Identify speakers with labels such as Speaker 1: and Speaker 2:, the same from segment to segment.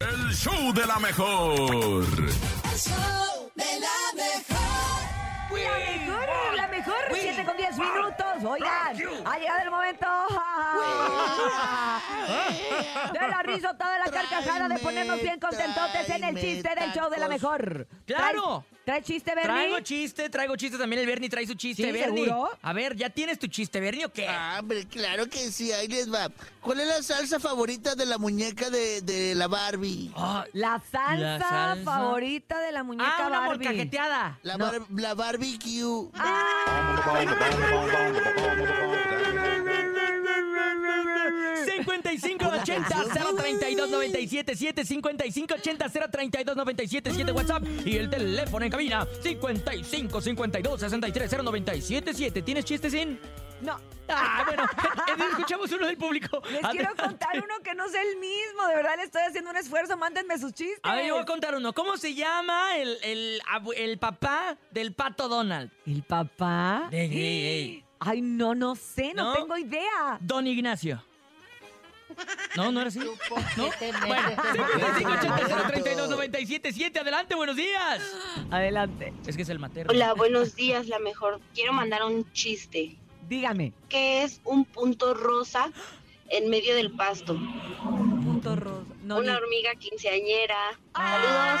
Speaker 1: El show de la mejor.
Speaker 2: show de la mejor.
Speaker 3: La mejor, la mejor, 7 con 10 minutos. Oigan, ha llegado el momento de la risota, de la carcajada, de ponernos bien contentotes en el chiste del show de la mejor.
Speaker 4: ¡Claro!
Speaker 3: ¿Traes, traes chiste, Bernie?
Speaker 4: Traigo chiste, traigo chiste también. El Bernie trae su chiste,
Speaker 3: ¿Sí,
Speaker 4: Bernie.
Speaker 3: seguro?
Speaker 4: A ver, ¿ya tienes tu chiste, Bernie, o qué?
Speaker 5: Ah, hombre, claro que sí, ahí les va. ¿Cuál es la salsa favorita de la muñeca de, de la Barbie?
Speaker 4: Ah,
Speaker 3: La salsa,
Speaker 4: La salsa.
Speaker 3: favorita de la muñeca
Speaker 4: ah, una
Speaker 3: Barbie.
Speaker 4: molcajeteada.
Speaker 5: La, bar- la barbecue.
Speaker 4: ¡5580-032-977-7! WhatsApp y el teléfono en cabina 5552-630977. ¿Tienes chistes, Sin?
Speaker 3: No,
Speaker 4: Ah, bueno, escuchamos uno del público.
Speaker 3: les quiero
Speaker 4: Adelante.
Speaker 3: contar uno que no sé el mismo. De verdad, le estoy haciendo un esfuerzo. Mándenme sus chistes.
Speaker 4: A ver, yo voy a contar uno. ¿Cómo se llama el, el, abu- el papá del pato Donald?
Speaker 3: ¿El papá?
Speaker 4: Ey, ey, ey.
Speaker 3: Ay, no, no sé, no,
Speaker 4: ¿No?
Speaker 3: tengo idea.
Speaker 4: Don Ignacio. No, no era así. ¿No?
Speaker 6: te
Speaker 4: Bueno,
Speaker 6: metes?
Speaker 4: 5580-032-977. Adelante, buenos días.
Speaker 3: Adelante,
Speaker 4: Es que es el materno.
Speaker 7: Hola, buenos días, la mejor. Quiero mandar un chiste,
Speaker 3: dígame.
Speaker 7: que es un punto rosa en medio del pasto.
Speaker 3: Punto rosa. No,
Speaker 7: Una
Speaker 3: ni-
Speaker 7: hormiga quinceañera. Saludos.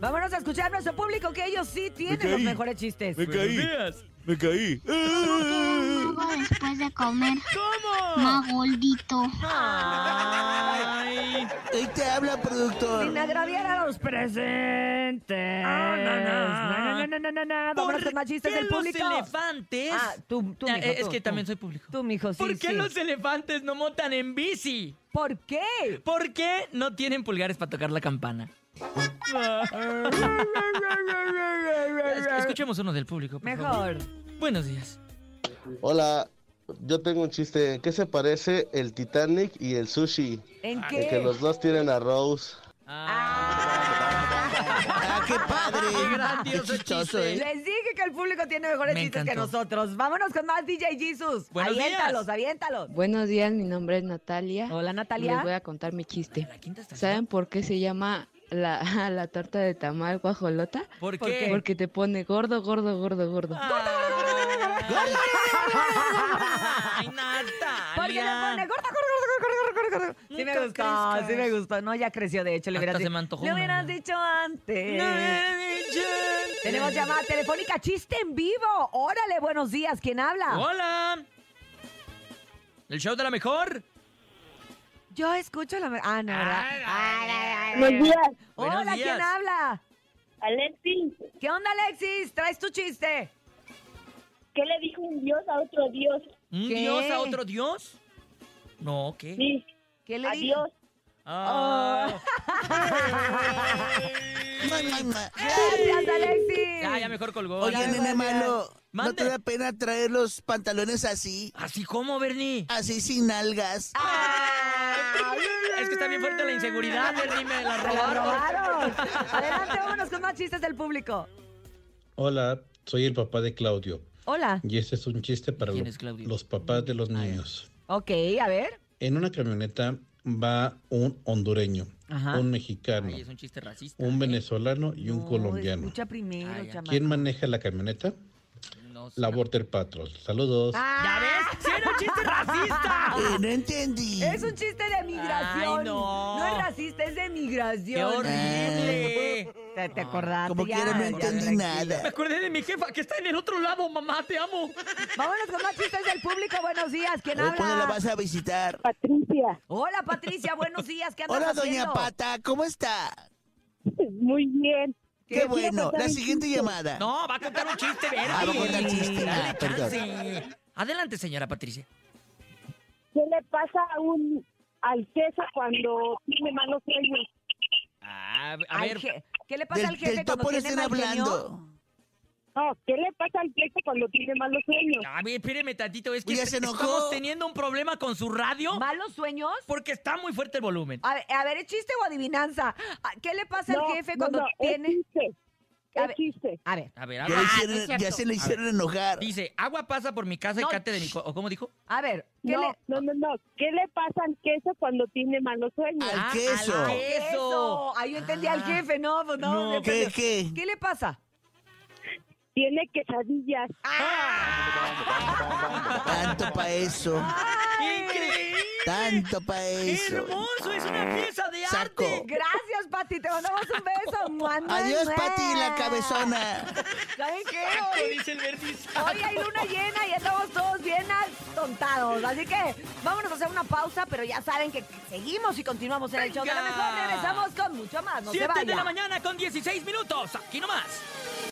Speaker 3: Vámonos a escuchar a nuestro público que ellos sí tienen los mejores chistes.
Speaker 4: buenos días.
Speaker 8: hago después de comer?
Speaker 4: ¿Cómo?
Speaker 8: Más gordito.
Speaker 4: Ay.
Speaker 5: Hoy te habla, productor.
Speaker 3: Sin agraviar a los presentes.
Speaker 4: Ah, no,
Speaker 3: no,
Speaker 4: no.
Speaker 3: no, no, no, no. Vámonos
Speaker 4: ¿Por
Speaker 3: con más chistes
Speaker 4: qué
Speaker 3: del público.
Speaker 4: los elefantes?
Speaker 3: Ah, tú, tú,
Speaker 4: Ah,
Speaker 3: mijo,
Speaker 4: eh, es
Speaker 3: tú,
Speaker 4: que
Speaker 3: tú.
Speaker 4: también soy público.
Speaker 3: Tú, mijo, sí,
Speaker 4: ¿Por qué
Speaker 3: sí.
Speaker 4: los elefantes no montan en bici?
Speaker 3: ¿Por qué?
Speaker 4: ¿Por qué no tienen pulgares para tocar la campana? Es- Escuchemos uno del público. por favor.
Speaker 3: Mejor.
Speaker 4: Buenos días.
Speaker 9: Hola, yo tengo un chiste. ¿En qué se parece el Titanic y el sushi?
Speaker 3: ¿En
Speaker 4: Ah,
Speaker 9: En que
Speaker 3: qué?
Speaker 9: los dos tienen a Rose.
Speaker 5: Ah, qué padre.
Speaker 4: Qué grandioso
Speaker 5: Qué chistoso,
Speaker 4: chiste.
Speaker 5: ¿eh?
Speaker 3: Les dije que el público tiene mejores
Speaker 4: Me
Speaker 3: chistes que
Speaker 4: encantó.
Speaker 3: nosotros. Vámonos con más DJ Jesus.
Speaker 4: Buenos días.
Speaker 3: aviéntalos, aviéntalos.
Speaker 10: Buenos días, mi nombre es Natalia.
Speaker 3: Hola,
Speaker 10: Les voy
Speaker 3: Natalia.
Speaker 10: a contar mi chiste.
Speaker 4: La quinta estación.
Speaker 10: ¿Saben por qué se llama la, la torta de tamal guajolota?
Speaker 4: ¿Por
Speaker 3: ¿Por
Speaker 4: qué?
Speaker 3: qué?
Speaker 10: Porque te pone gordo, gordo, gordo, gordo.
Speaker 4: Ah. Ay,
Speaker 3: Porque le pone
Speaker 4: Natalia.
Speaker 3: corta, corta, corta, corta, corta, corta. Sí
Speaker 4: Nunca
Speaker 3: me gustó,
Speaker 4: crezcas.
Speaker 3: sí me gustó. No, ya creció, de hecho. Le
Speaker 4: Hasta
Speaker 3: hubieras,
Speaker 4: se
Speaker 3: di-
Speaker 4: me antojó
Speaker 3: le
Speaker 4: una.
Speaker 3: hubieras dicho antes. Tenemos llamada telefónica, chiste en vivo. Órale, buenos días. ¿Quién habla?
Speaker 4: Hola. ¿El show de la mejor?
Speaker 3: Yo escucho la... me- Ah, no, ¿verdad?
Speaker 4: Ay,
Speaker 3: Ay, ay, ay, ay.
Speaker 7: Buenos días,
Speaker 3: Hola,
Speaker 4: Buenos
Speaker 3: ¿quién
Speaker 4: días.
Speaker 3: habla?
Speaker 7: Alexis.
Speaker 3: ¿Qué onda, Alexis? ¿Traes tu chiste?
Speaker 7: ¿Qué le dijo un dios a otro dios?
Speaker 4: ¿Un
Speaker 3: ¿Qué?
Speaker 4: dios a otro dios? No, ¿qué?
Speaker 7: Sí,
Speaker 3: ¿Qué le dijo?
Speaker 7: adiós.
Speaker 3: Oh.
Speaker 4: Ah.
Speaker 5: Mua, mua, mua.
Speaker 3: Gracias, Alexis.
Speaker 4: Ya, ya mejor colgó.
Speaker 5: Oye, nene malo, ¿no
Speaker 4: Mande.
Speaker 5: te da pena traer los pantalones así?
Speaker 4: Así como, Bernie.
Speaker 5: Así sin algas.
Speaker 4: Es que está bien fuerte la inseguridad, Bernie. Me
Speaker 3: Se
Speaker 4: la
Speaker 3: la
Speaker 4: robaron.
Speaker 3: robaron. Adelante, vámonos con más chistes del público.
Speaker 9: Hola, soy el papá de Claudio.
Speaker 3: Hola.
Speaker 9: Y este es un chiste para
Speaker 4: ¿Quién
Speaker 9: lo-
Speaker 4: es Claudio?
Speaker 9: los papás de los niños.
Speaker 3: Ok, a ver.
Speaker 9: En una camioneta va un hondureño,
Speaker 3: Ajá.
Speaker 9: un mexicano,
Speaker 4: Ay, es un chiste racista.
Speaker 9: un
Speaker 4: ¿eh?
Speaker 9: venezolano y un
Speaker 3: No,
Speaker 9: colombiano.
Speaker 3: Escucha primero,
Speaker 4: Ah, ya.
Speaker 3: chamaco.
Speaker 9: ¿Quién maneja la camioneta?
Speaker 4: No sé.
Speaker 9: La Border Patrol. Saludos.
Speaker 4: ¿Ya
Speaker 3: Ah,
Speaker 4: ves? ¡Sí era un chiste racista!
Speaker 5: Eh, no entendí.
Speaker 3: Es un chiste de migración.
Speaker 4: Ay, no.
Speaker 3: es racista, es de migración.
Speaker 4: ¡Qué horrible!
Speaker 3: Te, te acordaste.
Speaker 5: Como
Speaker 3: ya,
Speaker 5: quiera, no
Speaker 3: ya,
Speaker 5: entendí
Speaker 3: tranquila.
Speaker 4: Me
Speaker 5: nada.
Speaker 4: acordé de mi jefa que está en el otro lado, mamá, te amo.
Speaker 3: Vámonos con más chistes del público. Buenos días. ¿Quién
Speaker 5: Hoy cuando la
Speaker 3: habla?
Speaker 5: vas a visitar.
Speaker 7: Patricia,
Speaker 3: Hola, Patricia. Buenos días. ¿Qué andas
Speaker 5: Hola,
Speaker 3: haciendo?
Speaker 5: doña Pata, ¿cómo está?
Speaker 7: muy bien.
Speaker 5: Qué, bueno. La siguiente llamada.
Speaker 4: No, va a contar un chiste, Bernie.
Speaker 5: Ah, va a contar chiste.
Speaker 4: Dale
Speaker 5: Ah, perdón.
Speaker 4: chance. Adelante, señora Patricia.
Speaker 7: ¿Qué le pasa a un al César cuando tiene manos sueños?
Speaker 4: Ah, a
Speaker 3: Al
Speaker 4: ver,
Speaker 3: je- ¿Qué le pasa
Speaker 5: del,
Speaker 3: al jefe
Speaker 5: del
Speaker 3: cuando
Speaker 5: topo le
Speaker 3: tiene
Speaker 5: están
Speaker 3: mal genio?
Speaker 5: hablando.
Speaker 6: No, ¿qué le pasa al jefe cuando tiene malos sueños?
Speaker 4: A ver, espéreme tantito, es que
Speaker 5: Ya
Speaker 4: est-
Speaker 5: se enojó.
Speaker 4: estamos teniendo un problema con su radio
Speaker 3: ¿Malos sueños?
Speaker 4: porque está muy fuerte el volumen.
Speaker 7: Ah.
Speaker 3: A ver, a ver, ¿es chiste o adivinanza? Ah, ¿Qué le pasa
Speaker 6: No,
Speaker 3: al jefe
Speaker 6: no,
Speaker 3: cuando
Speaker 6: no,
Speaker 3: tiene...?
Speaker 6: Es chiste,
Speaker 3: A
Speaker 6: es
Speaker 3: ver.
Speaker 6: chiste.
Speaker 3: A ver,
Speaker 4: A ver, a ver.
Speaker 5: Ya, le
Speaker 10: Ah,
Speaker 5: hicieron-
Speaker 10: no es cierto.
Speaker 5: ya se le hicieron enojar.
Speaker 4: Dice, agua pasa por mi casa y
Speaker 3: No,
Speaker 4: cate de mi... co- ¿o ¿Cómo dijo?
Speaker 3: a ver. ¿qué
Speaker 6: No,
Speaker 3: le...
Speaker 6: no, no, no. ¿Qué le pasa al queso cuando tiene malos sueños?
Speaker 5: Ah,
Speaker 4: "Ah,
Speaker 5: Al queso.
Speaker 4: al
Speaker 3: ¿Qué es
Speaker 4: queso.
Speaker 3: Eso. Ahí yo entendí al
Speaker 4: Ah.
Speaker 3: jefe, no, pues no.
Speaker 4: No,
Speaker 3: no
Speaker 5: ¿Qué,
Speaker 3: entendí.
Speaker 5: qué?
Speaker 3: ¿Qué le pasa?
Speaker 6: Tiene quesadillas.
Speaker 5: Tanto pa' eso.
Speaker 4: ¡Increíble!
Speaker 5: Tanto pa' eso.
Speaker 4: ¡Hermoso! ¡Es una pieza de
Speaker 5: Saco.
Speaker 4: arte!
Speaker 3: Gracias, Pati, te mandamos un beso. Mua, mua,
Speaker 5: Adiós,
Speaker 3: mua.
Speaker 5: Pati, la cabezona.
Speaker 3: ¿Saben qué?
Speaker 4: Saco,
Speaker 3: Hoy-
Speaker 4: dice el Bertis.
Speaker 3: Hoy hay luna llena y estamos todos bien tontados. Así que vámonos a hacer una pausa, pero ya saben que seguimos y continuamos en el show de la
Speaker 4: Venga.
Speaker 3: mejor. Regresamos con mucho más. No se
Speaker 4: Siete
Speaker 3: vayan.
Speaker 4: de la mañana con 16 minutos. Aquí nomás.